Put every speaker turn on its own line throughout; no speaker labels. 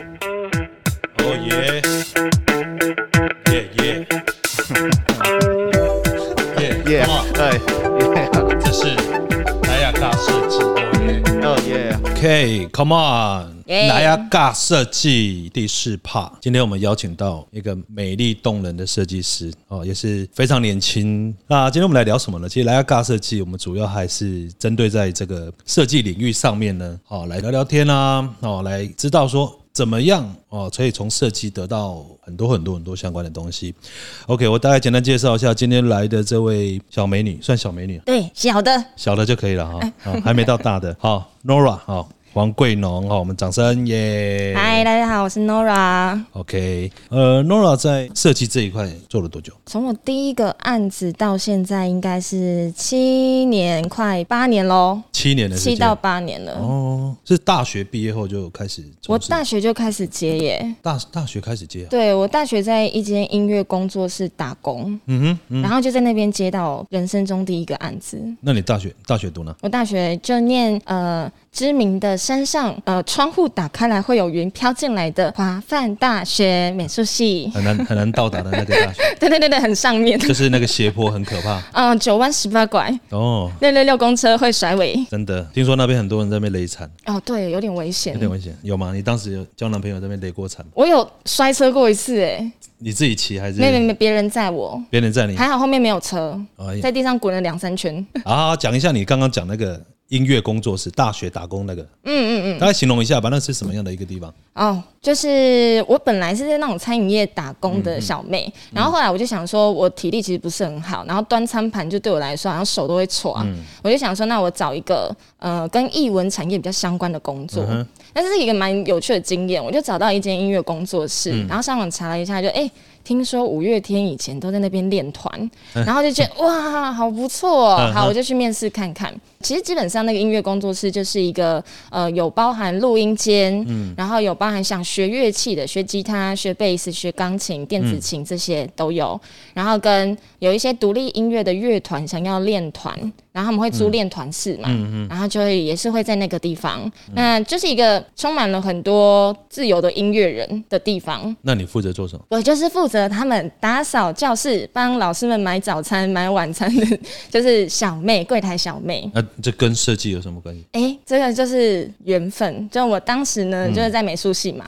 Oh yeah. Yeah, yeah. yeah,
Yeah，
come on，
对，Yeah，
这是莱雅尬设计。Oh yeah.
哦 Yeah，
OK，Come、on，
耶
莱雅尬设计第四趴。今天我们邀请到一个美丽动人的设计师哦，也是非常年轻。那今天我们来聊什么呢？其实莱雅尬设计，我们主要还是针对在这个设计领域上面呢，哦，来聊聊天啊，哦，来知道说。怎么样哦？可以从设计得到很多很多很多相关的东西。OK，我大概简单介绍一下今天来的这位小美女，算小美女啊
对，小的
小的就可以了
哎
哈、啊，还没到大 的。好，Nora，好，黄桂农，好，我们掌声耶。
嗨，大家好，我是 Nora。
OK，呃，Nora 在设计这一块做了多久？
从我第一个案子到现在，应该是七年，快八年喽，
七年的时间。
七到八年了。
哦，是大学毕业后就开始
我
从事。
大学就开始接耶，
大大学开始接啊。
对我大学在一间音乐工作室打工，
嗯哼，嗯，
然后就在那边接到人生中第一个案子。
那你大学大学读哪？
我大学就念呃知名的山上呃窗户打开来会有云飘进来的华范大学美术系，
很难很难到达的那个大学，
对对对对，很上面，
就是那个斜坡很可怕
嗯、九弯十八拐，
哦。
六六六公车会甩尾。
真的，听说那边很多人在那边累惨，
哦，对，有点危
有
险。
点危险，有吗？你当时有交男朋友在那边累过惨吗？
我有摔车过一次，哎，
你自己骑还是
没没没，别人载我，
别人载你？
还好后面没有车，
哎呀
在地上滚了两三圈。
啊，讲一下你刚刚讲那个音乐工作室，大学打工那个，
嗯嗯嗯，
大概形容一下吧，那是什么样的一个地方？
哦，就是我本来是在那种餐饮业打工的小
嗯
妹，然后后来我就想说，我体力其实不是很好，然后端餐盘就对我来说，好像手都会搓、
嗯
我就想说，那我找一个呃跟艺文产业比较相关的工作，
嗯哼
那这是一个蛮有趣的经验。我就找到一间音乐工作室，
嗯
然后上网查了一下，就哎、听说五月天以前都在那边练团， 然后就觉得哇，好不错、
嗯
哦，
哼
好，我就去面试看看。其实基本上那个音乐工作室就是一个呃，有包含录音间，
嗯
然后有包含想学乐器的，学吉他、学贝斯、学钢琴、电
嗯
子琴这些都有，然后跟有一些独立音乐的乐团想要练团，然后他们会租练团室嘛，然后就会也是会在那个地方，那就是一个充满了很多自由的音乐人的地方。
那你负责做什么？
我就是负责他们打扫教室、帮老师们买早餐、买晚餐的， 就是小妹柜台小妹。
那、这跟设计有什么关系？
哎、这个就是缘分。就我当时呢，就是在美术系嘛，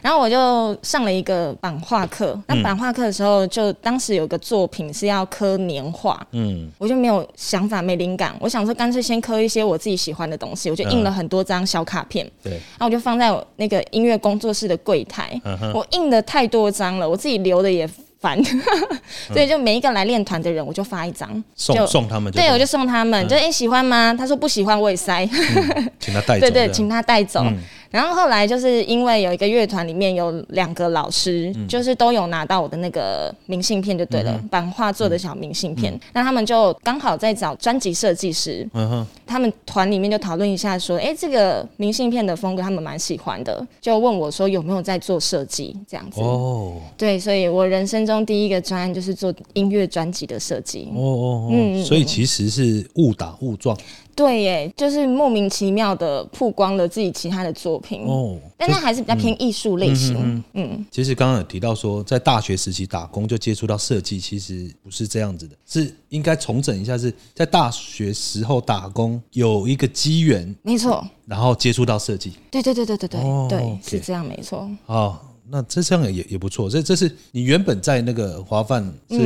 然后我就上了一个版画课。那版画课的时候，就当时有个作品是要刻年画，
嗯，
我就没有想法、没灵感。我想说，干脆先刻一些我自己喜欢的东西，我就印了很多张小卡片，
对，
然后我就放在我那个音乐工作室的柜台。
嗯哼，
我印的太多张了，我自己留的也烦， 所以就每一个来练团的人，我就发一张，
送
就
送嗯他们就
对我
就
就送他们，就哎、诶喜欢吗？他说不喜欢，我也塞。
请他带走这
对
样，嗯
对，请他带走。然后后来就是因为有一个乐团里面有两个老师，
嗯
就是都有拿到我的那个明信片就对了，版画做的小明信片。那他们就刚好在找专辑设计师，
嗯哼，
他们团里面就讨论一下说，哎、这个明信片的风格他们蛮喜欢的，就问我说有没有在做设计这样子。
哦
对，所以我人生中第一个专案就是做音乐专辑的设计。
哦哦哦，
嗯嗯
所以其实是误打误撞
对耶，就是莫名其妙的曝光了自己其他的作品。
哦。
但那还是比较偏艺术类型。嗯
其实刚刚有提到说，在大学时期打工就接触到设计，其实不是这样子的，是应该重整一下是，在大学时候打工有一个机缘，
没错，
然后接触到设计。
对对对对对对、
哦
对
OK，
是这样没错。
哦，那这这样也也不错。这这是你原本在那个华范是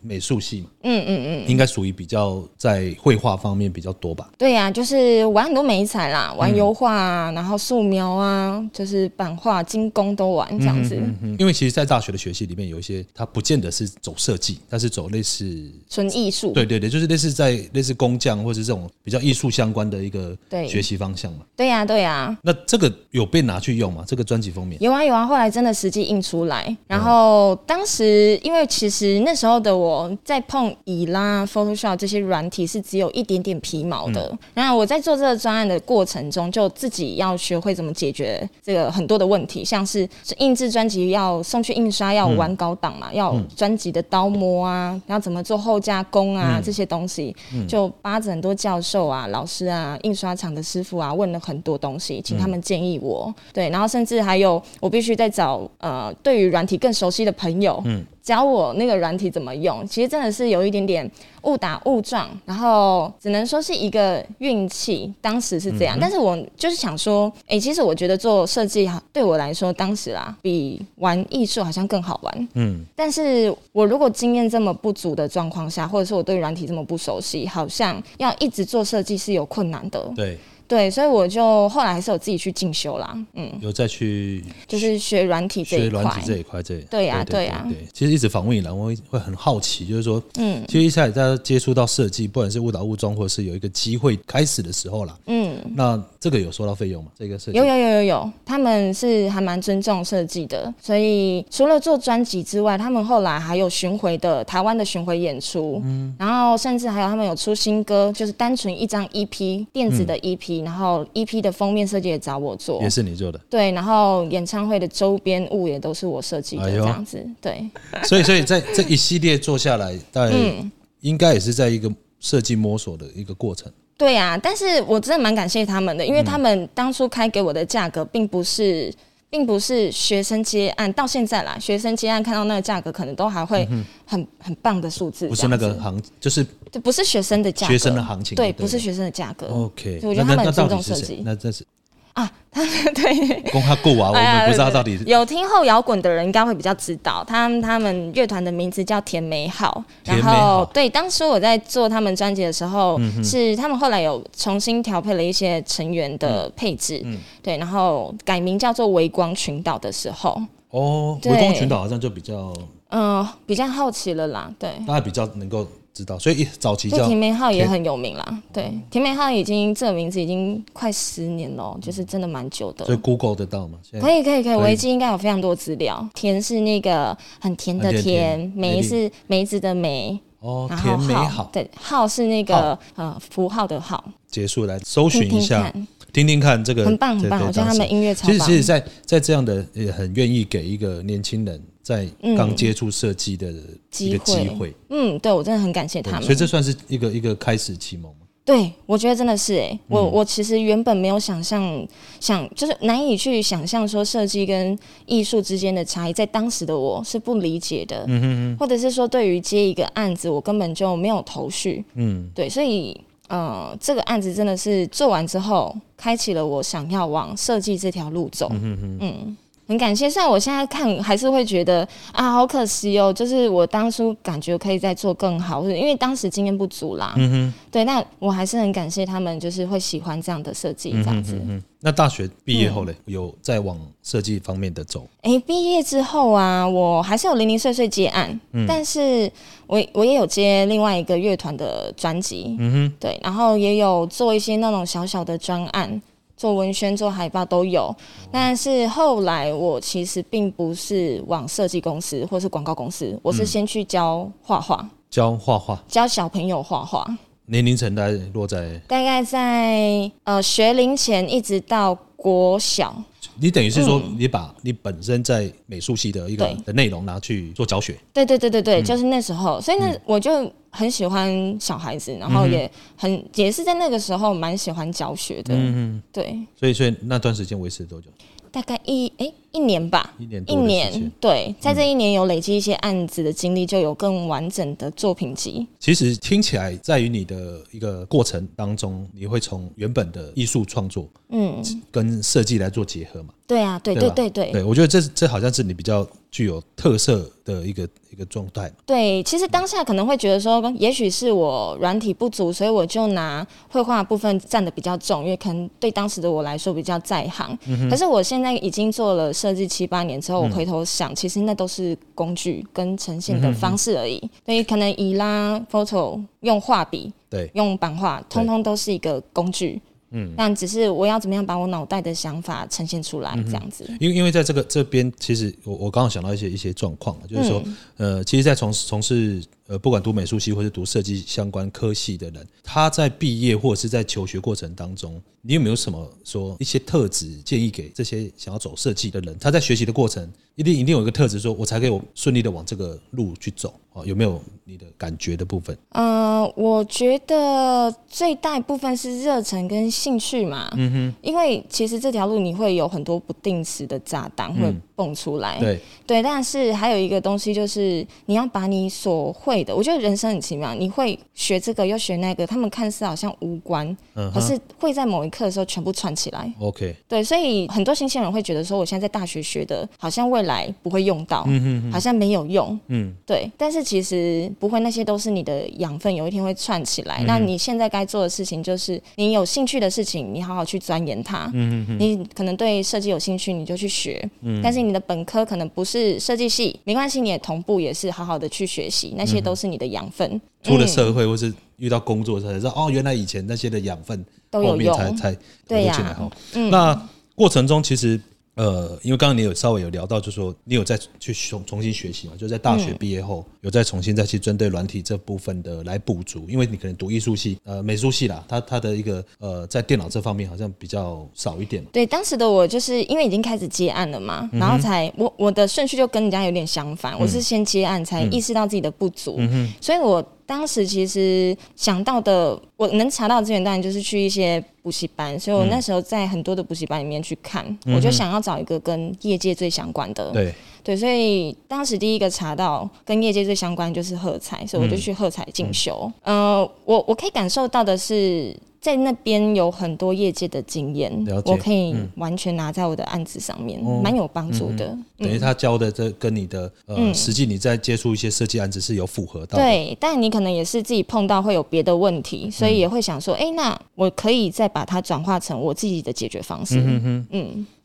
美术系嘛？
嗯嗯嗯，
应该属于比较在绘画方面比较多吧？
对呀、就是玩很多美彩啦，
嗯
玩油画啊，然后素描啊，就是版画、精工都玩这样子。
嗯，因为其实，在大学的学系里面，有一些它不见得是走设计，它是走类似。
纯艺术，
对对对，就是类似在类似工匠或是这种比较艺术相关的一个
对
学习方向嘛。
对呀、对呀、啊
那这个有被拿去用吗？这个专辑封面
有啊有啊，后来真的实际印出来。然后当时因为其实那时候的我在碰乙啦、Photoshop 这些软体是只有一点点皮毛的。然后我在做这个专案的过程中，就自己要学会怎么解决这个很多的问题，像是印制专辑要送去印刷，要玩稿档嘛，要专辑的刀模啊，然后怎么做后加工啊、这些东西，就扒着很多教授啊、老师啊、印刷厂的师傅啊问了很多东西，请他们建议我。对，然后甚至还有我必须再找呃对于软体更熟悉的朋友，教我那个软体怎么用。其实真的是有一点点误打误撞，然后只能说是一个运气，当时是这样。但是我就是想说，哎、其实我觉得做设计哈对我来说，当时啦比玩艺术好像更好玩。
嗯，
但是我如果经验这么不足的状况下，或者是我对软体这么不熟悉，好像要一直做设计是有困难的。
嗯对，
对，所以我就后来还是有自己去进修啦。嗯。
有再去
就是学软体这
学
一
软
块
体。这一块，这
对呀对呀
对，其实一直访问以来，我会会很好奇，就是说，
嗯
其实一开始大家接触到设计，不管是误打误撞，或者是有一个机会开始的时候啦，
嗯，
那这个有收到费用吗？这个设计
有有有有有，他们是还蛮尊重设计的，所以除了做专辑之外，他们后来还有巡回的台湾的巡回演出，嗯，然后甚至还有他们有出新歌，就是单纯一张 EP 电子的 EP，、然后 EP 的封面设计也找我做
嗯也。是你做的，
对，然后演唱会的周边物也都是我设计的，
哎
这
呦
样子。对，
所以所以 在这一系列做下来，大
嗯
概应该也是在一个设计摸索的一个过程。
对呀、但是我真的蛮感谢他们的，
嗯
因为他们当初开给我的价格并不是，并不是学生接案到现在啦，学生接案看到那个价格，可能都还会很、很棒的数字，
嗯不是那
这
个
样子，
行，就是
对，不是学生的价格，
学生的行情
对，
就对
不是学生的价格、
OK。
我觉
那那
得他们
那
很
到
注
底
重
是
设
谁？
计
那这是
啊，他们 对。
公他过啊，我
哎呀
们不知道他
对
到底
有听后摇滚的人应该会比较知道，他们他们乐团的名字叫甜美好。
甜
然
美好嗯
后对，当初我在做他们专辑的时候，是他们后来有重新调配了一些成员
嗯
的配置，对，然后改名叫做微光群岛的时候，
哦。
对
围攻群岛好像就比较
嗯、比较好奇了啦，对。
大家比较能够知道，所以一早期
对，
叫
甜美号也
甜
很有名啦。对，甜美号已经这个名字已经快十年了哦，就是真的蛮久的。
所以 Google 得到嘛。现在
可以可以可以，
可以
维基应该有非常多资料。甜是那个很甜的
很甜
甜
的甜，
梅是梅子的梅，
哦
然，后
甜美
号
好
对号是那个呃符号的号，
结束来搜寻一
听听
下，
看，
听听看这个
很棒很
这
棒，
对
我觉
当
得他
时
们音乐超
其实，其实在，
棒。
在这样的也很愿意给一个年轻人在刚接触设计的一个
机会
机会，
嗯，对我真的很感谢
对
他
所以
们。
这算是一个一个开始启蒙嘛。
对，我觉得真的是哎、我我其实原本没有想象，想就是难以去想象说设计跟艺术之间的差异，在当时的我是不理解的，嗯或者是说对于接一个案子，我根本就没有头绪，
嗯，
对，所以呃，这个案子真的是做完之后，开启了我想要往设计这条路走。嗯很感谢。虽然我现在看还是会觉得啊，好可惜哦，就是我当初感觉可以再做更好，或者因为当时经验不足啦。嗯哼，对，但我还是很感谢他们，就是会喜欢这样的设计这样子。
那大学毕业后嘞，
嗯
有在往设计方面的走，
诶，毕业之后啊，我还是有零零碎碎接案，但是我我也有接另外一个乐团的专辑，嗯哼，对，然后也有做一些那种小小的专案，做文宣、做海报都有。但是后来我其实并不是往设计公司或是广告公司，我是先去教画画，
教画画，
教小朋友画画，
年龄层大概落在
大概在呃学龄前一直到国小，
你等于是说，你把你本身在美术系的一个
嗯对
的内容拿去做教学，
对对对对
嗯
对，就是那时候，所以呢，我就很喜欢小孩子，然
嗯
后也很、也是在那个时候蛮喜欢教学的，嗯对，
所以所以那段时间维持多久？
大概一诶、一年吧，
一年多的
一
时间嗯
年。，对，在这一年有累积一些案子的经历，就有更完整的作品集。
其实听起来，在于你的一个过程当中，你会从原本的艺术创作
嗯，
跟设计来做结合嘛？
对啊，对对
对吧
对对
对，我觉得这这好像是你比较具有特色的一个一个状态嘛。
对，其实当下可能会觉得说，也许是我软体不足，所以我就拿绘画部分占的比较重，因为可能对当时的我来说比较在行。可是我现在已经做了设计七八年之后，我回头想，其实那都是工具跟呈现的方式而已。所以可能以拉 photo 用画笔、
对，
用版画，通通都是一个工具。嗯，但只是我要怎么样把我脑袋的想法呈现出来，这样子。
因为因为在这个这边，其实我我刚好想到一些一些状况啊，就是说，呃，其实，在从从事呃不管读美术系或是读设计相关科系的人，他在毕业或者是在求学过程当中，你有没有什么说一些特质建议给这些想要走设计的人？他在学习的过程，一定一定有一个特质，说我才可以我顺利的往这个路去走啊、哦？有没有你的感觉的部分？
呃，我觉得最大一部分是热忱跟兴趣嘛。嗯哼，因为其实这条路你会有很多不定时的炸弹会蹦出来。
嗯对，
对，但是还有一个东西就是你要把你所会的，我觉得人生很奇妙，你会学这个又学那个，他们看似好像无关，
嗯
可
哼
是会在某一刻的时候全部串起来。
，OK，
对，所以很多新鲜人会觉得说，我现在在大学学的，好像未来不会用到，好像没有用，
嗯
对。但是其实不会，那些都是你的养分，有一天会串起
嗯
来。那你现在该做的事情就是，你有兴趣的事情，你好好去钻研它。
嗯
你可能对设计有兴趣，你就去学。但是你的本科可能不是设计系，没关系，你也同步也是好好的去学习，那
嗯
些都是你的养分，
出了社会或是遇到工作才知道，哦，原来以前那些的养分
都
后
哦有
面才
用。
才
对
流
呀嗯
进来哈。那过程中其实呃，因为刚刚你有稍微有聊到，就说你有再去重重新学习嘛，就在大
嗯
学毕业后、有再重新再去针对软体这部分的来补足，因为你可能读艺术系呃美术系啦，它它的一个呃在电脑这方面好像比较少一点嘛。
对，当时的我就是因为已经开始接案了嘛，然后才我我的顺序就跟人家有点相反，我是先接案才意识到自己的不足，所以我当时其实想到的，我能查到的资源当然就是去一些补习班，所以我那时候在很多的补习班里面去看，我就想要找一个跟业界最相关的，
对，
对，所以当时第一个查到跟业界最相关就是喝彩，所
嗯
以我就去喝彩进修。呃，我我可以感受到的是，在那边有很多业界的经验
了，解嗯哦
我可以完全拿在我的案子上面，蛮、有帮助的。
等于他教的这跟你的呃、实际你在接触一些设计案子是有符合到的。
嗯对，但你可能也是自己碰到会有别的问题，所
嗯
以也会想说，哎、那我可以再把它转化成我自己的解决方
嗯
式。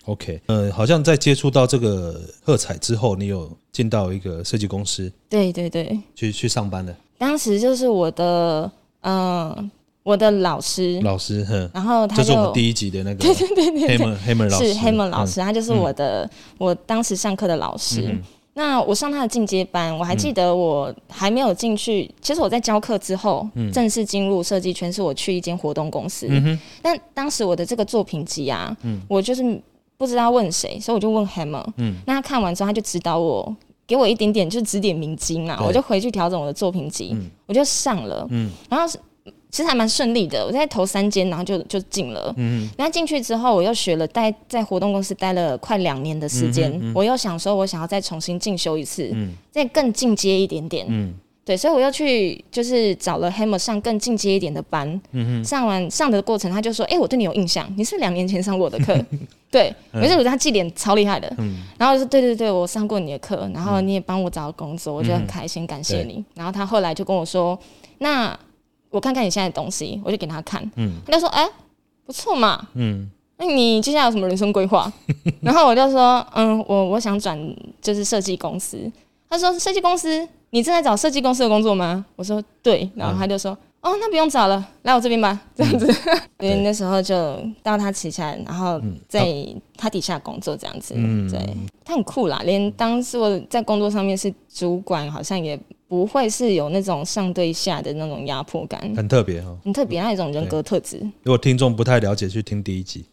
OK，呃，好像在接触到这个喝彩之后，你有进到一个设计公司
对对对，
去去上班的
当时就是我的，嗯、我的老师，
老师，哼，
然后他
就是我
就
们第一集的那个对对对对 Hammer Hammer 老师
是 Hammer 老
嗯
师，他就是我的、我当时上课的老师。那我上他的进阶班，我还
嗯
记得我还没有进去。其实我在教课之后，
嗯
正式进入设计圈，是我去一间活动公司。但当时我的这个作品集啊，
嗯
我就是不知道问谁，所以我就问 Hammer。那他看完之后，他就指导我，给我一点点就是指点迷津啊。
对
我就回去调整我的作品集，我就上了。然后是其实还蛮顺利的，我在头三间，然后就就进了。嗯，那进去之后，我又学了待在活动公司待了快两年的时间，我又想说，我想要再重新进修一次，再更进阶一点点。嗯。对，所以我又去就是找了 Hammer 上更进阶一点的班，上完上的过程，他就说：“哎、我对你有印象，你是两年前上过我的课。”对，我就觉得他记脸超厉害的。然后我就说：“对对对，我上过你的课，然后你也帮我找到工作，我觉得很开心，感谢
对
你。”然后他后来就跟我说：“那我看看你现在的东西，我就给他看。他就说：“哎、不错嘛，
嗯
那你接下来有什么人生规划？”然后我就说：“嗯，我我想转就是设计公司。”他说：“设计公司，你正在找设计公司的工作吗？”我说：“对。”然后他就说：“哦，那不用找了，来我这边吧。”这样子，对，那时候就到他旗下，然后在他底下工作这样子。对，他很酷啦，连当时我在工作上面是主管，好像也不会是有那种上对下的那种压迫感。
嗯很特别哈。
很特别，那一种人格特质。
如果听众不太了解，去听第一 集，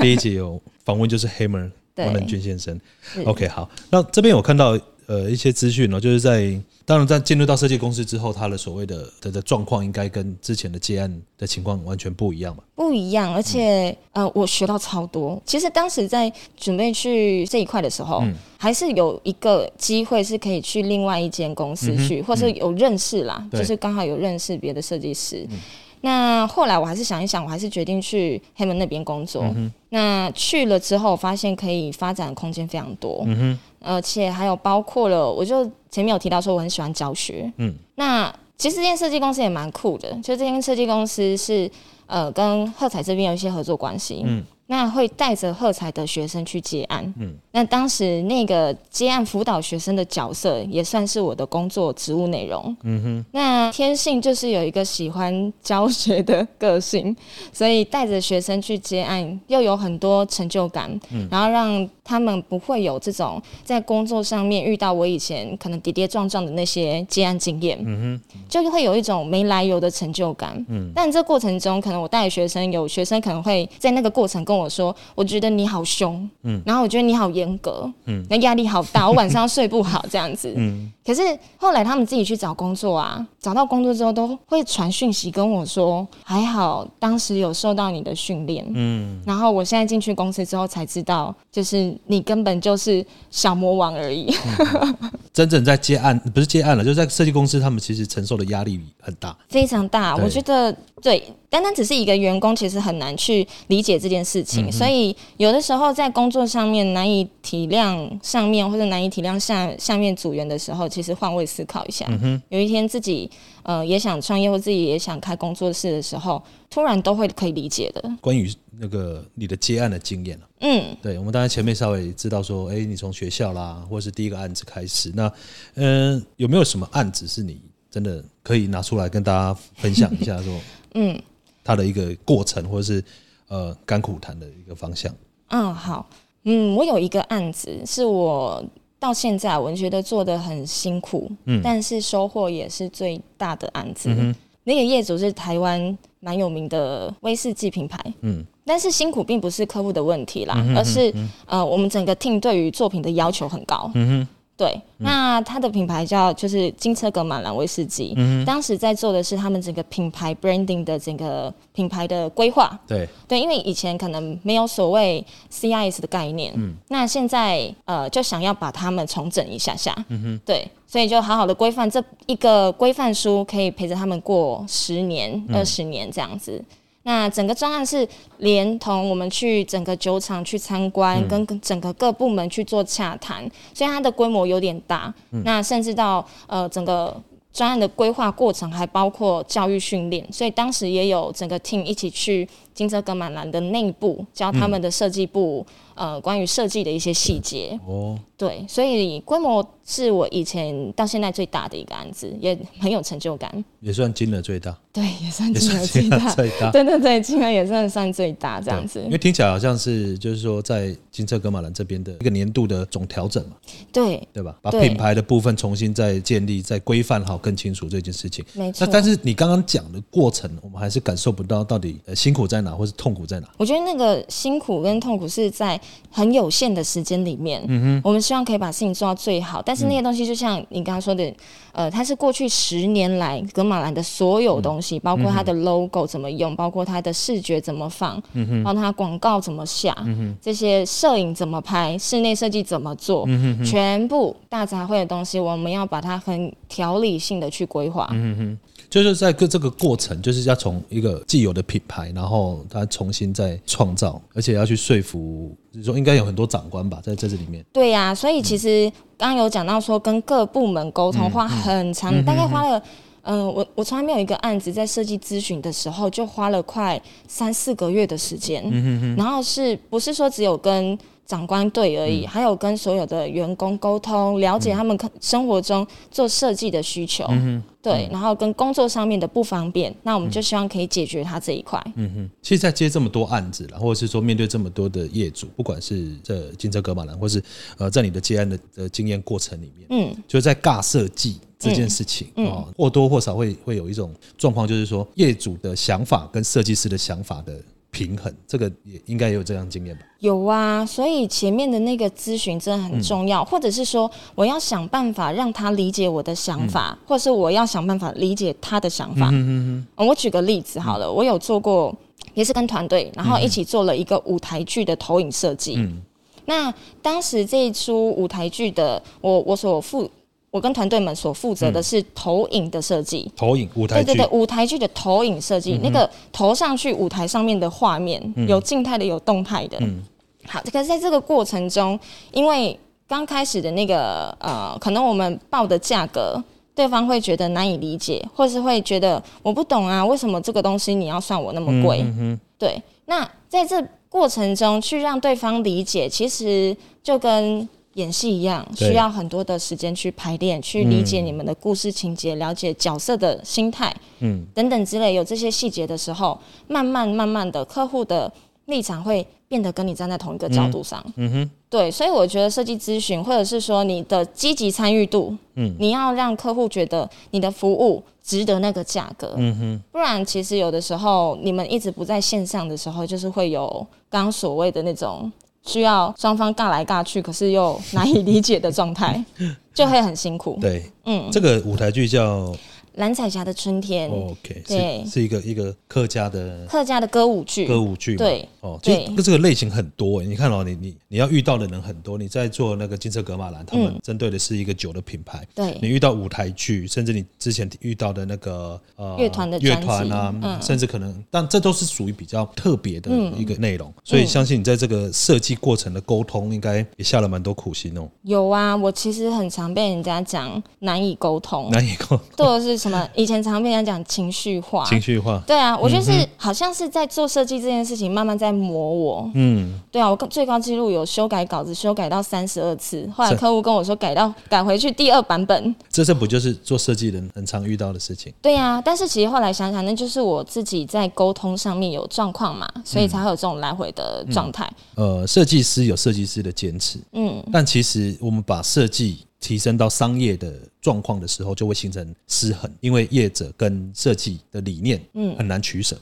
第一集有访问就是 Hammer
对
王仁君先生。
是
OK，好，那这边有看到呃一些资讯呢，就是在当然在进入到设计公司之后，他的所谓的的的状况应该跟之前的接案的情况完全不一样嘛。
不一样，而且、
嗯
呃，我学到超多。其实当时在准备去这一块的时候，
嗯
还是有一个机会是可以去另外一间公司去，或是有认识啦，
嗯对
就是刚好有认识别的设计师。那后来我还是想一想，我还是决定去黑门那边工作。
嗯
那去了之后，发现可以发展空间非常多，
嗯
而且还有包括了，我就前面有提到说我很喜欢教学，
嗯
那其实这间设计公司也蛮酷的，就这间设计公司是呃跟喝彩这边有一些合作关系，嗯，那会带着喝彩的学生去接案。嗯，那当时那个接案辅导学生的角色，也算是我的工作职务内容。嗯哼，那天性就是有一个喜欢教学的个性， 所以带着学生去接案，又有很多成就感，然后让他们不会有这种在工作上面遇到我以前可能跌跌撞撞的那些接案经验。就会有一种没来由的成就感。嗯，但这过程中，可能我带学生，有学生可能会在那个过程跟我说：“我觉得你好凶，嗯，然后我觉得你好严格，嗯，那压力好大，我晚上睡不好这样子。” 嗯，可是后来他们自己去找工作啊，找到工作之后都会传讯息跟我说：“还好当时有受到你的训练，嗯，然后我现在进去公司之后才知道，就是你根本就是小魔王而已。
真正在接案不是接案了，就是在设计公司，他们其实承受的压力很大。
非常大，
对
我觉得对，单单只是一个员工，其实很难去理解这件事情，所以有的时候在工作上面难以体谅上面，或者难以体谅下下面组员的时候，其实换位思考一下，有一天自己呃也想创业或自己也想开工作室的时候，突然都会可以理解的，
关于那个你的接案的经验啊
嗯，
对，我们当然前面稍微知道说，哎、你从学校啦，或者是第一个案子开始，那嗯、呃有没有什么案子是你真的可以拿出来跟大家分享一下说，
嗯，
它的一个过程，或者是呃甘苦谈的一个方向？
嗯，好，嗯，我有一个案子是我到现在我觉得做的很辛苦，嗯，但是收获也是最大的案子。那个业主是台湾蛮有名的威士忌品牌，
嗯
嗯。但是辛苦并不是客户的问题啦，而是呃，我们整个 team 对于作品的要求很高。
嗯
对，那它的品牌叫就是金车格马兰威士忌。当时在做的是他们整个品牌 branding 的整个品牌的规划。
哼，对，
对，因为以前可能没有所谓 CIS 的概念，那现在呃就想要把它们重整一下下，对，所以就好好的规范这一个规范书，可以陪着他们过十年、二十年这样子。那整个专案是连同我们去整个酒厂去参观，跟跟整个各部门去做洽谈，所以它的规模有点大。那甚至到呃整个专案的规划过程，还包括教育训练，所以当时也有整个 team 一起去金泽格满兰的内部教他们的设计部、
嗯
呃关于设计的一些细节。
哦，
对，所以规模是我以前到现在最大的一个案子，也很有成就感。
也算金额最大，
对，也算
也
金
算
额最大。
最大。
对对对，金额也算算最大这样子
因。为听起来好像是，就是说在金车格马兰这边的一个年度的总调整嘛，
对，
对吧？把
对
品牌的部分重新再建立、再规范好、更清楚这件事情。
没
那
错。
但是你刚刚讲的过程，我们还是感受不到到底呃辛苦在哪，或是痛苦在哪。
我觉得那个辛苦跟痛苦是在很有限的时间里面，嗯、我们希望可以把事情做到最好。但是那些东西就像你刚刚说的，呃，它是过去十年来格马兰的所有东西，包括它的 logo 怎么用，包括它的视觉怎么放，包括它广告怎么下，这些摄影怎么拍，室内设计怎么做，全部大杂烩的东西，我们要把它很条理性的去规划。
就是在各这个过程，就是要从一个既有的品牌，然后它重新再创造，而且要去说服，就是说应该有很多长官吧，在在这里面。
对呀、所以其实刚刚有讲到说跟各部门沟通花很长，大概花了。嗯、我我从来没有一个案子在设计咨询的时候就花了快三四个月的时间，然后是不是说只有跟长官对而已，还有跟所有的员工沟通，了解他们可生活中做设计的需求，对，然后跟工作上面的不方便，那我们就希望可以解决它这一块。
其实，在接这么多案子啦，或者是说面对这么多的业主，不管是这金车格马兰，或是呃，在你的接案的的经验过程里面，
嗯，
就是在尬设计这件事情啊、哦或多或少会会有一种状况，就是说业主的想法跟设计师的想法的平衡，这个也应该也有这样经验吧？
有啊，所以前面的那个咨询真的很重要，或者是说我要想办法让他理解我的想法，或是我要想办法理解他的想法。嗯我举个例子好了，我有做过，也是跟团队，然后一起做了一个舞台剧的投影设计。那当时这一出舞台剧的，我我所负，我跟团队们所负责的是投影的设计。
投影舞台
对
剧嗯
对对，舞台剧的投影设计，那个投上去舞台上面的画面，有静态的，有动态的。
嗯
好，可是在这个过程中，因为刚开始的那个呃，可能我们报的价格。对方会觉得难以理解，或是会
嗯
觉得我不懂啊，为什么这个东西你要算我那么贵？对，那在这过程中去让对方理解，其实就跟演戏一样，
对
需要很多的时间去排练，去理解你们的故事情节，了解角色的心态，
嗯，
等等之类。有这些细节的时候，慢慢慢慢的，客户的立场会变得跟你站在同一个角度上。
嗯哼，
对，所以我觉得设计咨询，或者是说你的积极参与度，
嗯
嗯，你要让客户觉得你的服务值得那个价格，
嗯哼，
不然其实有的时候你们一直不在线上的时候，就是会有刚所谓的那种需要双方尬来尬去，可是又难以理解的状 态，就会很辛苦。
对，
嗯，
这个舞台剧叫哦
蓝彩霞的春天，
OK，
对
是是一个一个客家的
客家的歌舞剧，
歌舞剧嘛，
对
哦，其
对
实这个类型很多欸，你看哦，你你你要遇到的人很多，你在做那个金色格马兰，他们针对的是一个酒的品牌，你
嗯对
遇到舞台剧，甚至你之前遇到的那个呃
乐团的
乐
专辑
团啊，
嗯
甚至可能，但这都是属于比较特别的一个内容，
嗯
所以相信你在这个设计过程的沟通，应该也下了蛮多苦心哦，
有啊，我其实很常被人家讲难以沟通，
难以 沟
或者是什么，以前常被人家讲情绪化，
情绪嗯化，
对啊，我就是、好像是在做设计这件事情，慢慢在磨我。
嗯，
对啊，我更最高记录有修改稿子，修改到三十二次。后来
是
客户跟我说改到改回去第二版本。
这这不就是做设计人很常遇到的事情？
对啊，但是其实后来想想，那就是我自己在沟通上面有状况嘛，所
嗯
以才会有这种来回的状态。
呃，设计师有设计师的坚持，
嗯，
但其实我们把设计提升到商业的状况的时候，就会形成失衡，因为业者跟设计的理念，嗯，很难取舍。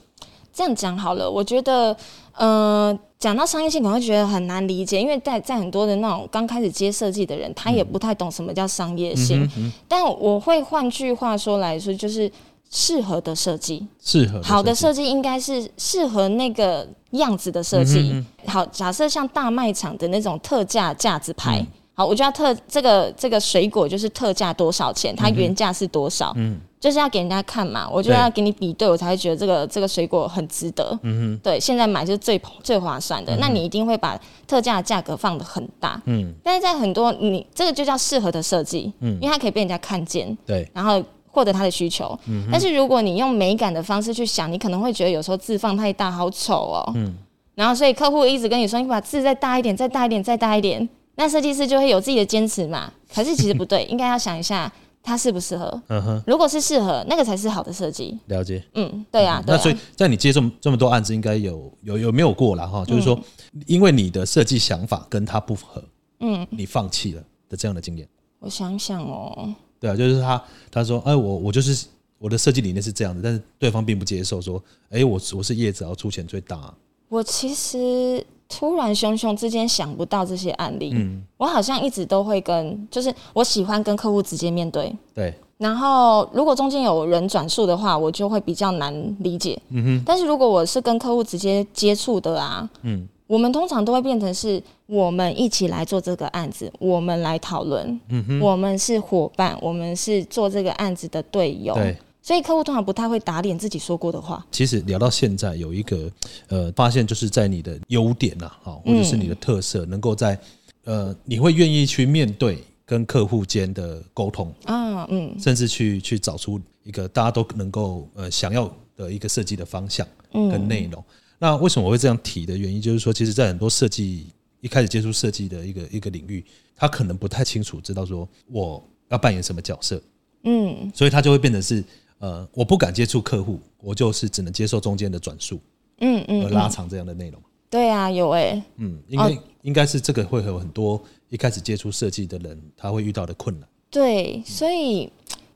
这样讲好了，我觉得，呃，讲到商业性，可能会觉得很难理解，因为在在很多的那种刚开始接设计的人，他也不太懂什么叫商业性。但我会换句话说来说，就是适合的设计。
适合
好的
计
设计应该是适合那个样子的设计。好，假设像大卖场的那种特价价值牌。好，我就要特这个这个水果就是特价多少钱，它原价是多少，嗯，就是要给人家看嘛，我就
对
要给你比对，我才会觉得这个这个水果很值得，嗯对，现在买就是最最划算的，那你一定会把特价的价格放得很大，嗯，但是在很多你这个就叫适合的设计，嗯，因为它可以被人家看见，
对，
然后获得他的需求。
嗯
但是如果你用美感的方式去想，你可能会觉得有时候字放太大，好丑哦。
嗯
然后所以客户一直跟你说，你把字再大一点，再大一点，再大一点。那设计师就会有自己的坚持嘛。可是其实不对， 应该要想一下它适不适合。
嗯哼，
如果是适合，那个才是好的设计。
了解。
嗯，对啊，对
那
啊
所，以在你接这么这么多案子，应该有有有没有过了
嗯
哈？就是说，因为你的设计想法跟他不合，嗯，你放弃了的这样的经验，
我想想哦，
对啊，就是他他说，哎，我我就是我的设计理念是这样的，但是对方并不接受，说，哎，我我是业者，要出钱最大啊，
我其实突然熊熊之间想不到这些案例。
嗯
我好像一直都会跟，就是我喜欢跟客户直接面对。
对，
然后，如果中间有人转述的话，我就会比较难理解。嗯哼。但是如果我是跟客户直接接触的啊，
嗯，
我们通常都会变成是我们一起来做这个案子，我们来讨论，嗯哼，我们是伙伴，我们是做这个案子的队友，
对。
所以客户通常不太会打脸自己说过的话。
其实聊到现在，有一个呃发现，就是在你的优点呐、啊，哦，或者是你的特色，能够在呃，你会愿意去面对跟客户间的沟通，
啊，嗯
甚至去去找出一个大家都能够呃想要的一个设计的方向
嗯
跟内容。那为什么我会这样提的原因，就是说，其实，在很多设计一开始接触设计的一个一个领域，他可能不太清楚知道说我要扮演什么角色，
嗯
所以他就会变成是呃，我不敢接触客户，我就是只能接受中间的转述。
嗯嗯
而
嗯，
拉长这样的内容。
对啊，有哎、
嗯，应该、应该是这个会有很多一开始接触设计的人他会遇到的困难。
对，所以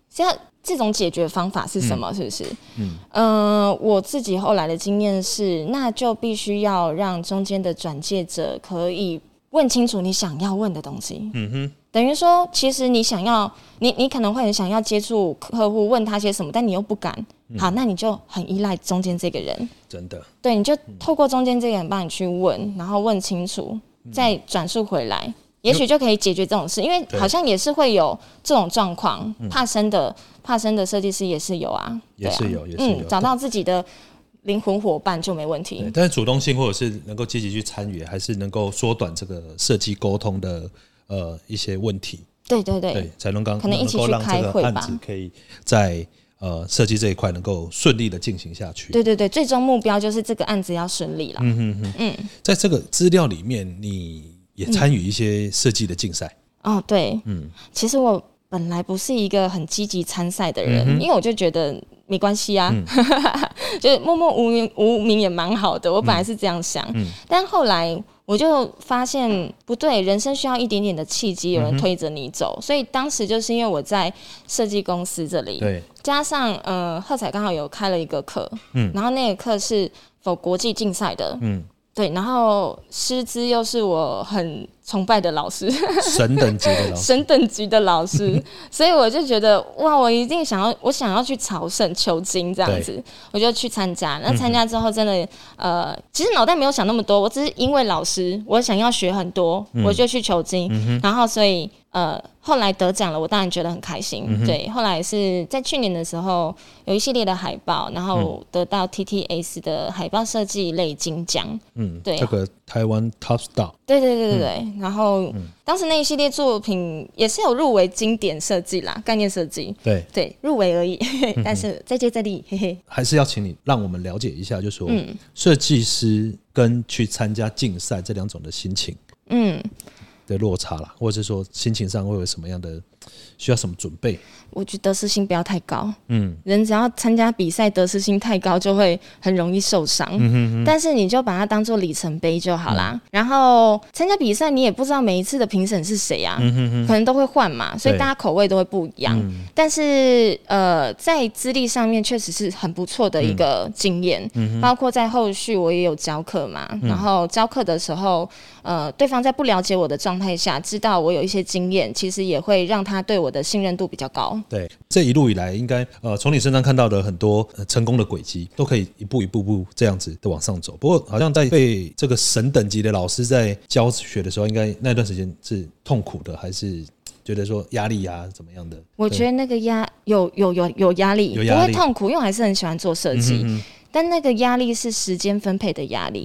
像这种解决方法是什么？是不是？嗯，呃，我自己后来的经验是，那就必须要让中间的转介者可以问清楚你想要问的东西。嗯哼，等于说，其实你想要，你你可能会很想要接触客户，问他些什么，但你又不敢。好，那你就很依赖中间这个人，
真的，
对，你就
嗯
透过中间这个人帮你去问，然后问清楚，
嗯
再转述回来，也许就可以解决这种事。因为
对嗯
好像也是会有这种状况，怕生的怕生的设计师也是有啊，
也是
对啊
有也是有
嗯，找到自己的灵魂伙伴就没问题
对，。但是主动性或者是能够积极去参与，还是能够缩短这个设计沟通的呃一些问题，
对对对
对，才能刚
可能一
能
起
够
去
让
开
这个
会
案
吧
子可以在呃设计这一块能够顺利的进行下去。
对对对，最终目标就是这个案子要顺利了。
嗯在这个资料里面，你也参与一些设计的竞赛。
哦，对，嗯，其实我本来不是一个很积极参赛的人，因为我就觉得没关系啊， 就是默默无名无名也蛮好的。我本来是这样想，但后来我就发现不对，人生需要一点点的契机，有人推着你走。所以当时就是因为我在设计公司这里，
对，
加上呃，赫彩刚好有开了一个课，嗯，然后那个课是否国际竞赛的，
嗯
嗯，对，然后师资又是我很崇拜的老师，
神等级的老师。
省等级的老师，所以我就觉得哇，我一定想要，我想要去朝圣求经这样子，我就去参加。那参加之后，真的、呃，其实脑袋没有想那么多，我只是因为老师，我想要学很多，我就去求经，然后所以呃，后来得奖了，我当然觉得很开心。对，后来是在去年的时候有一系列的海报，然后得到 TTS 的海报设计类金奖。
嗯，
对啊
这个台湾 Top Star
对对对对对，然后、当时那一系列作品也是有入围经典设计啦，概念设计，
对，
对，入围而已，嘿嘿但是再接再厉，嘿嘿。
还是要请你让我们了解一下，就说
嗯
设计师跟去参加竞赛这两种的心情
嗯，
的落差啦，或者是说心情上会有什么样的需要什么准备？
我觉得得失心不要太高，
嗯，
人只要参加比赛得失心太高，就会很容易受伤。嗯但是你就把它当做里程碑就好啦。然后参加比赛，你也不知道每一次的评审是谁啊，可能都会换嘛，所以
对
大家口味都会不一样。但是呃，在资历上面确实是很不错的一个经验，包括在后续我也有教课嘛，然后教课的时候，呃，对方在不了解我的状态下，知道我有一些经验，其实也会让他对我的信任度比较高。
对，这一路以来，应该呃，从你身上看到的很多、呃、成功的轨迹，都可以一步一步步这样子的往上走。不过，好像在被这个神等级的老师在教学的时候，应该那段时间是痛苦的，还是觉得说压力啊怎么样的？
我觉得那个压有有有有压力，
有压力嗯
不会痛苦，因为我还是很喜欢做设计。但那个压力是时间分配的压力，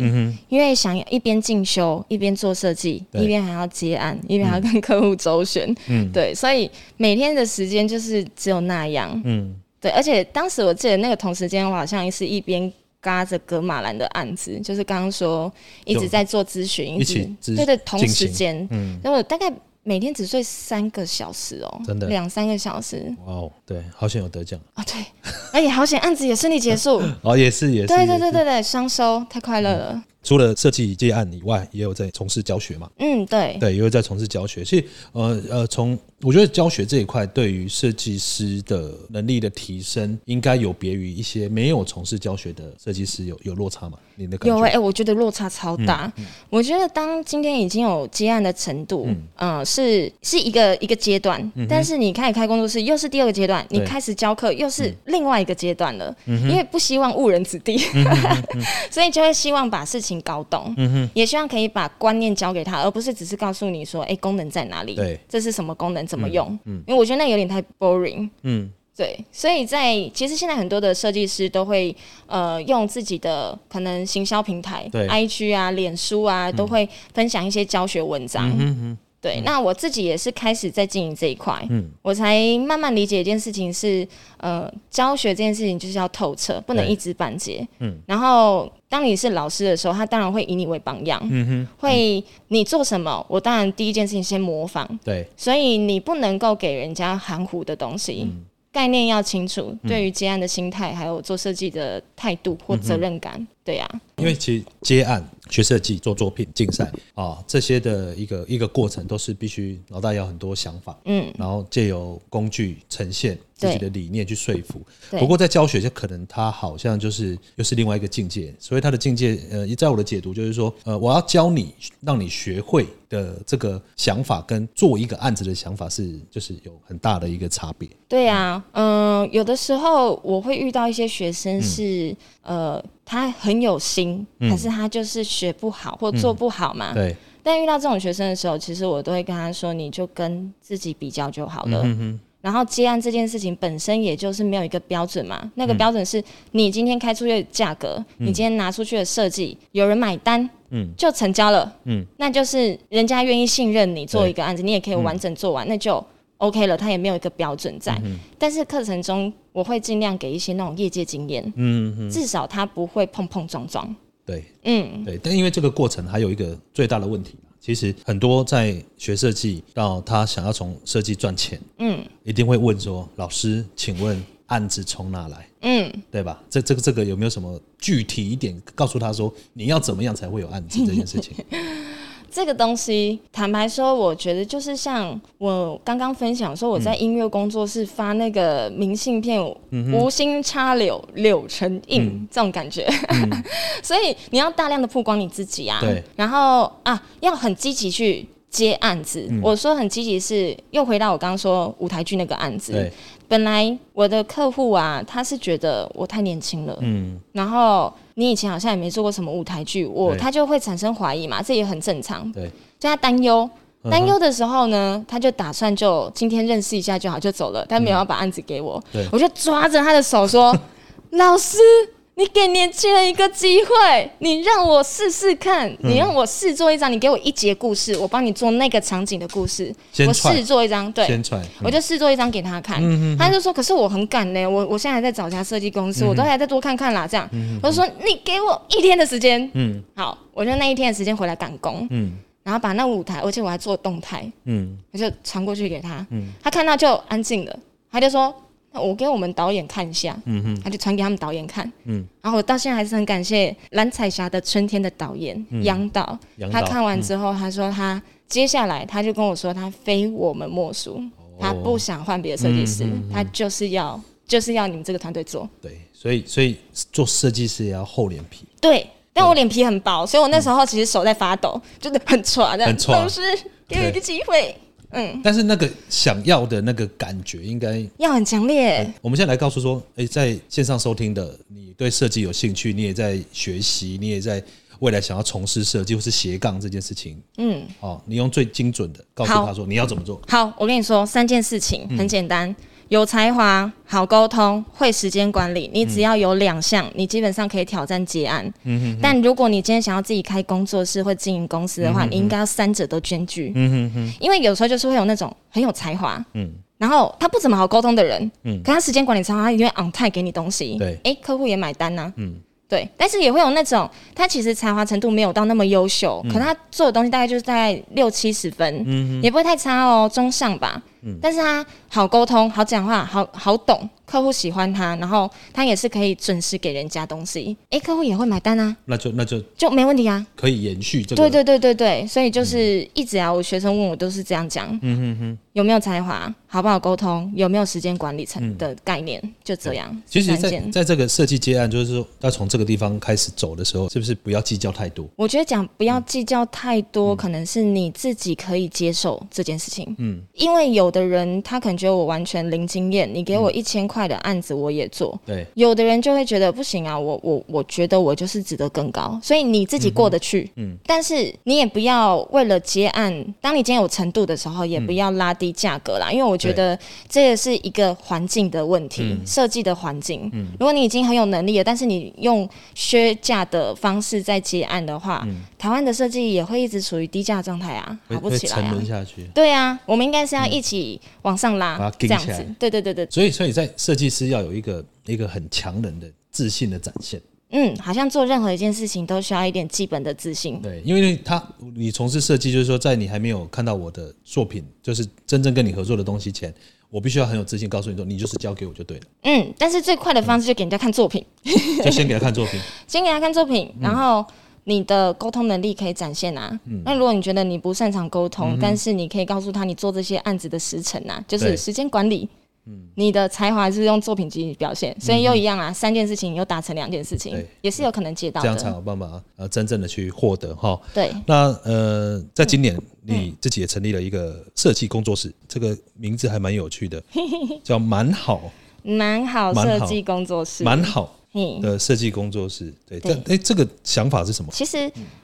因为想要一边进修，一边做设计，
对嗯
一边还要接案，一边还要跟客户周旋，对，所以每天的时间就是只有那样，
嗯
对。而且当时我记得那个同时间，我好像是一边嘎着格马兰的案子，就是刚刚说一直
有
在做咨询，
一
直
起咨
对对，同
进
时
行
间，
嗯，
然后我大概每天只睡三个小时哦，
真的
两三个小时
哇哦，对，好险有得奖
哦，对， 而且好险案子也顺利结束，
哦，也是也是，
对对
也
对
是。
对对，双收太快乐了，
除了设计接案以外，也有在从事教学嘛？
嗯，对，
对，也有在从事教学。其实，呃呃，从我觉得教学这一块，对于设计师的能力的提升，应该有别于一些没有从事教学的设计师有有落差嘛？你的感
有
觉？嗯
哎、欸我觉得落差超大。我觉得当今天已经有接案的程度，嗯，是是一个一个阶段，
嗯
但是你开始开工作室又是第二个阶段，你
对
开始教课又
嗯
是另外一个阶段了。因为不希望误人子弟，
嗯
所以就会希望把事情搞懂，也希望可以把观念交给他，而不是只是告诉你说，哎、功能在哪里
对，
这是什么功能，怎么用。因为我觉得那有点太 boring。
嗯，
对，所以在其实现在很多的设计师都会呃用自己的可能行销平台
对嗯
，IG 啊、脸书啊，都会分享一些教学文章。对，那我自己也是开始在经营这一块，
嗯
我才慢慢理解一件事情是，呃，教学这件事情就是要透彻，不能
对嗯
一知半解。然后当你是老师的时候，他当然会以你为榜样，
嗯
会你做什么，我当然第一件事情先模仿，
对，
所以你不能够给人家含糊的东西，概念要清楚。对于接案的心态，还有做设计的态度或责任感，对啊呀、
因为其实接案、学设计、做作品、竞赛啊这些的一个一个过程，都是必须脑袋有很多想法，
嗯，
然后借由工具呈现自己的理念去说服。
对
不过在教学就可能它好像就是又是另外一个境界，所以它的境界，呃，在我的解读就是说，呃，我要教你，让你学会的这个想法跟做一个案子的想法是，就是有很大的一个差别。
对呀、嗯、有的时候我会遇到一些学生是，呃，他很有心，可是他就是学不好或做不好嘛。
对，
但遇到这种学生的时候，其实我都会跟他说，你就跟自己比较就好
嗯
了。然后接案这件事情本身也就是没有一个标准嘛，
嗯
那个标准是你今天开出去的价格，你今天拿出去的设计，有人买单，
嗯
就成交了，
嗯
那就是人家愿意信任你做一
嗯
个案子，你也可以完整做完，那就 OK 了。他也没有一个标准在，但是课程中我会尽量给一些那种业界经验，
嗯嗯，
至少他不会碰碰撞撞。
对
嗯，
对，但因为这个过程还有一个最大的问题嘛，其实很多在学设计到他想要从设计赚钱，
嗯，
一定会问说，老师，请问案子从哪来？
嗯，
对吧？这这个这个有没有什么具体一点告诉他说，你要怎么样才会有案子这件事 情？
这个东西，坦白说，我觉得就是像我刚刚分享说，我在音乐工作室发那个明信片，
嗯
无心插柳柳成荫、这种感觉。 所以你要大量的曝光你自己啊，
嗯对，
然后啊，要很积极去。接案子，
嗯
我说很积极是又回到我刚刚说舞台剧那个案子，
对，
本来我的客户啊，他是觉得我太年轻了，
嗯，
然后你以前好像也没做过什么舞台剧，我
对
他就会产生怀疑嘛，这也很正常，
对，
所以他担忧。
嗯哼
担忧的时候呢，他就打算就今天认识一下就好，就走了，但没有要把案子给我，
嗯对
我就抓着他的 手说：“老师，你给年轻人一个机会，你让我试试看，
嗯
你让我试做一张，你给我一节故事，我帮你做那个场景的故事，
先
我
踹
试做一张，对，
先传，
我就试做一张给他看，
嗯
他就说：“可是我很赶呢、我我现在还在找一家设计公司，我都还在多看看啦。”这样，我就说：“你给我一天的时间。”
嗯
好，我就那一天的时间回来赶工，
嗯
然后把那舞台，而且我还做动态，
嗯
我就传过去给他
嗯。
他看到就安静了，他就说：“那我给我们导演看一下。”
嗯嗯
他就传给他们导演看。
嗯，
然后我到现在还是很感谢蓝彩霞的《春天》的导演杨导
嗯杨，
他
导嗯
看完之后，他说他接下来他就跟我说，他非我们莫属，
哦
他不想换别的设计师，
嗯
他就是要就是要你们这个团队做。
对，所以所以做设计师也要厚脸皮，
对，但我脸皮很薄，所以我那时候其实手在发抖，就是很抓的，
哦嗯很挫
老师给我一个机会，嗯，
但是那个想要的那个感觉应该
要很强烈，
我们现在来告诉说，诶，在线上收听的，你对设计有兴趣，你也在学习，你也在未来想要从事设计或是斜杠这件事情，
嗯。
哦，你用最精准的告诉
好
他说你要怎么做，
好，我跟你说三件事情很简单，有才华、好沟通、会时间管理，你只要有两项，你基本上可以挑战结案。但如果你今天想要自己开工作室或经营公司的话，你应该要三者都兼具。因为有时候就是会有那种很有才华，然后他不怎么好沟通的人，可他时间管理超好，他一定会 on time 给你东西，
对
哎、客户也买单呐、对，但是也会有那种他其实才华程度没有到那么优秀，可他做的东西大概就是大概六七十分，也不会太差哦，中上吧。但是他好沟通、好讲话、好好懂，客户喜欢他，然后他也是可以准时给人家东西，哎、客户也会买单啊，
那就那就
就没问题啊。
可以延续这
对
个
对对对对，所以就是一直啊，我学生问我都是这样讲，嗯哼哼，有没有才华，好不好沟通，有没有时间管理层的概念，就这样。
其实
三
在，在
件
这个设计接案，就是说要从这个地方开始走的时候，是不是不要计较太多？
我觉得讲不要计较太多，可能是你自己可以接受这件事情。
嗯
嗯，因为有的人他可能觉得我完全零经验，你给我一千块的案子我也做，
对，
有的人就会觉得不行啊，我我我觉得我就是值得更高，所以你自己过得去，
嗯
嗯，但是你也不要为了接案，当你今天有程度的时候，也
嗯
不要拉低价格啦，因为我觉得这也是一个环境的问题，
嗯
设计的环境，如果你已经很有能力了，但是你用削价的方式在接案的话，台湾的设计也会一直处于低价状态啊，
嗯会
好不
会
起来
沉
啊
沦，下去。
对啊，我们应该是要一起往上拉，
把它
这
顶
样
起来
子，对对对对，
所以，所以在设计师要有一个一个很强人的自信的展现。
嗯，好像做任何一件事情都需要一点基本的自信。
对，因为他你从事设计，就是说，在你还没有看到我的作品，就是真正跟你合作的东西前，我必须要很有自信，告诉你说，你就是交给我就对 了，
嗯，但是最快的方式就给人家看作品，
就先给他看作 品。
先给他看作品，然后你的沟通能力可以展现啊。
嗯
那如果你觉得你不擅长沟通，但是你可以告诉他你做这些案子的时程啊，就
对
是时间管理。
嗯
你的才华是用作品集表现，所以又一样啊，三件事情又达成两件事情
对，
也是有可能接到
这样才
的。
有办法呃真正的去获得哈。
对，
那呃，在今年
嗯
你自己也成立了一个设计工作室，这个名字还蛮有趣 的，叫蛮好
蛮好
蛮
设
好
计工作室，
蛮好
嘿
的设计工作室。对，
嗯对
但哎、这个想法是什么？嗯
其实，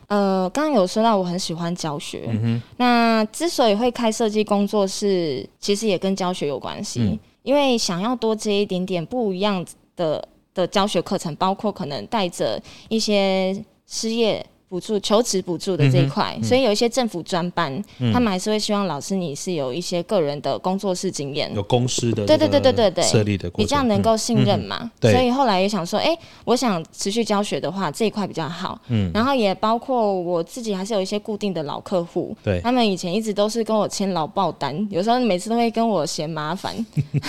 呃，刚刚有说到我很喜欢教学，那之所以会开设计工作室，其实也跟教学有关系，
嗯
因为想要多接一点点不一样的的教学课程，包括可能带着一些失业补助、求职补助的这一块，
嗯
所以有一些政府专班，他们还是会希望老师你是有一些个人的工作室经验。
有公司的
对对对对对对，
设立的过程，嗯
比较能够信任嘛。
对
所以后来也想说，哎、我想持续教学的话，这一块比较好。嗯，然后也包括我自己还是有一些固定的老客户，
对
他们以前一直都是跟我签劳报单，有时候每次都会跟我嫌 麻烦，
嗯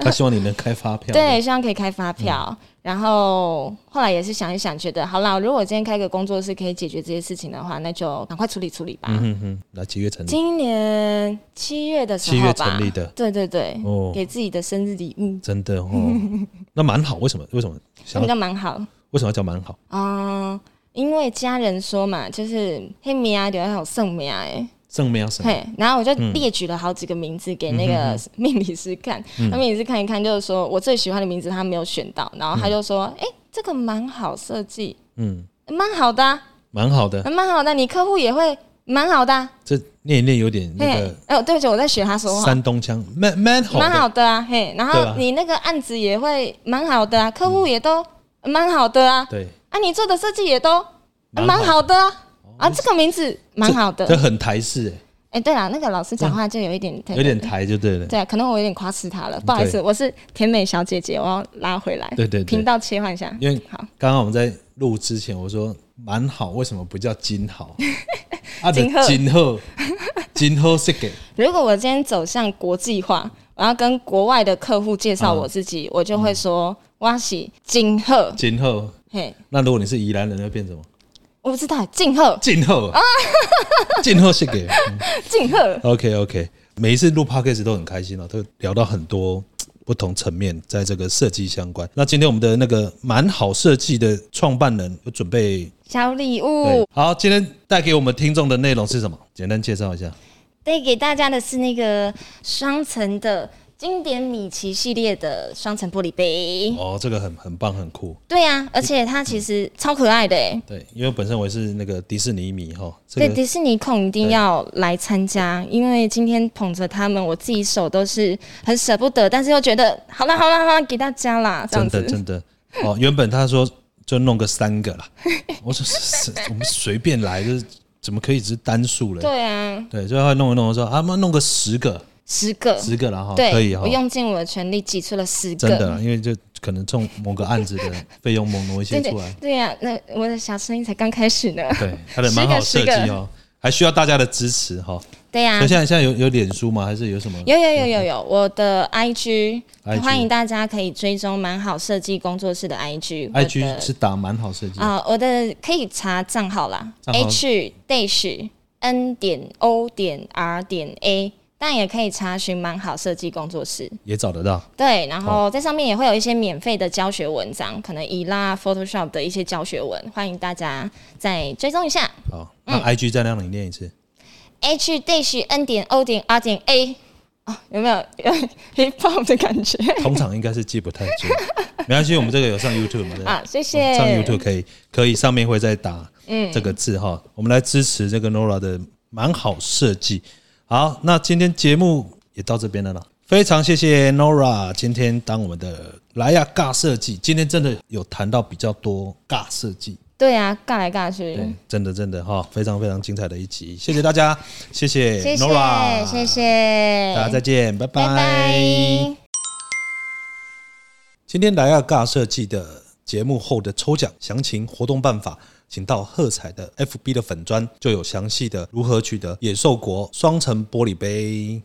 他希望你能开发 票，
对，希望可以开发票。
嗯
然后后来也是想一想，觉得好啦，如果今天开个工作室可以解决这些事情的话，那就赶快处理处理吧。
嗯哼，那几月成立？
今年七月的时候
七
吧，
月成立的
对对对，
哦
给自己的生日礼物，
真 的哦，那蛮好，为什么？为什么
那
想
比
要
较蛮好。
为什么要叫蛮好？
嗯，因为家人说嘛，就是黑名啊，留还有剩名哎，
正面要什么？
嘿，然后我就
嗯
列举了好几个名字给那个 命理师看，
嗯
那命理师看一看，就是说我最喜欢的名字他没有选到，然后他就说，哎、这个蛮好设计，
嗯，
蛮好的啊、
蛮好的，
蛮好的，你客户也会蛮好的啊、
这念一念有点那
嘿
个，
哎、哦，对不起，我在学他说话。
山东腔，蛮蛮好
蛮
的，
好的啊，嘿，然
对啊嗯
后你那个案子也会蛮好的啊，客户也都蛮好的啊，
对，
啊，你做的设计也都
蛮
蛮
好哦
好的啊，啊，这个名字蛮好的。
这很台式，哎
哎、对了，那个老师讲话就有一点太
有点台就对了。
对啊，可能我有点夸饰他了，不好意思，
对
我是甜美小姐姐，我要拉回来，
对对对
频道切换一下，
因为
好，
刚刚我们在录之前，我说蛮好，为什么不叫金 好？啊，
金鹤
金鹤，金鹤是给
如果我今天走向国际化，我要跟国外的客户介绍
嗯
我自己，我就会说哇喜金鹤，
金鹤。
嘿，
那如果你是宜兰人，会变什么？
我不知道金鹤，
金鹤，
哦
金鹤是给。
金鹤，
OK OK，每一次录 podcast 都很开心哦，都聊到很多不同层面，在这个设计相关。那今天我们的那个蛮好设计的创办人有准备，
小礼
对
物，
好，今天带给我们听众的内容是什么？简单介绍一下。
带给大家的是那个双层的经典米奇系列的双层玻璃杯。
哦，这个很很棒，很酷。
对啊，而且它其实超可爱的哎、
对，因为本身我也是那个迪士尼迷哈，这
对，
个
迪士尼控一定要来参加，因为今天捧着他们，我自己手都是很舍不得，但是又觉得好啦好啦好啦，给大家啦，这样
真的
子。
真的哦，原本他说就弄个三个啦，我说是是我们随便来，就是怎么可以只是单数嘞？
对啊，
对，最后弄一弄说啊，那弄个十个，
十个，
十个了哈，
对，
哦可以哈
我，用尽我的全力挤出了十
真的
个。
啦，因为就可能从某个案子的费用猛挪一些
对对
出来，
对呀、那我的小生意才刚开始呢。
对，他的蛮好设
十个
计哦，还需要大家的支持哈。
对啊呀、
那现在现在有有脸书吗？还是有什么？
有有有有有，我的 IG，,
IG
欢迎大家可以追踪蛮好设计工作室的 IG 我的。
IG 是打蛮好设计，
啊、我的可以查账号啦
账号
，h dash n 点 o 点 r 点 a，但也可以查询蛮好设计工作室。
也找得到。
对，然后在上面也会有一些免费的教学文章，可能以拉 Photoshop 的一些教学文，欢迎大家再追踪一下。
好，那
嗯
IG 再让你念一次。
h dash n 点 o 点 r 点 a，哦，有没有有 hip hop 的感觉
通常应该是记不太住，没关系，我们这个有上 YouTube 嘛，对 哦
啊？谢谢。
上 YouTube 可以，可以上面会再打这个字哈。我们来支持这个 Nora 的蛮好设计。好，那今天节目也到这边了啦，非常谢谢 Nora 今天当我们的莱亚尬设计，今天真的有谈到比较多尬设计，
对啊，尬来尬去。
对，真的真的哈，非常非常精彩的一集，谢谢大家，谢谢
谢谢
Nora，
谢，谢，
大家再见，
拜拜。
今天来亚尬设计的节目后的抽奖详情活动办法，请到喝彩的 FB 的粉砖就有详细的如何取得野兽国双层玻璃杯。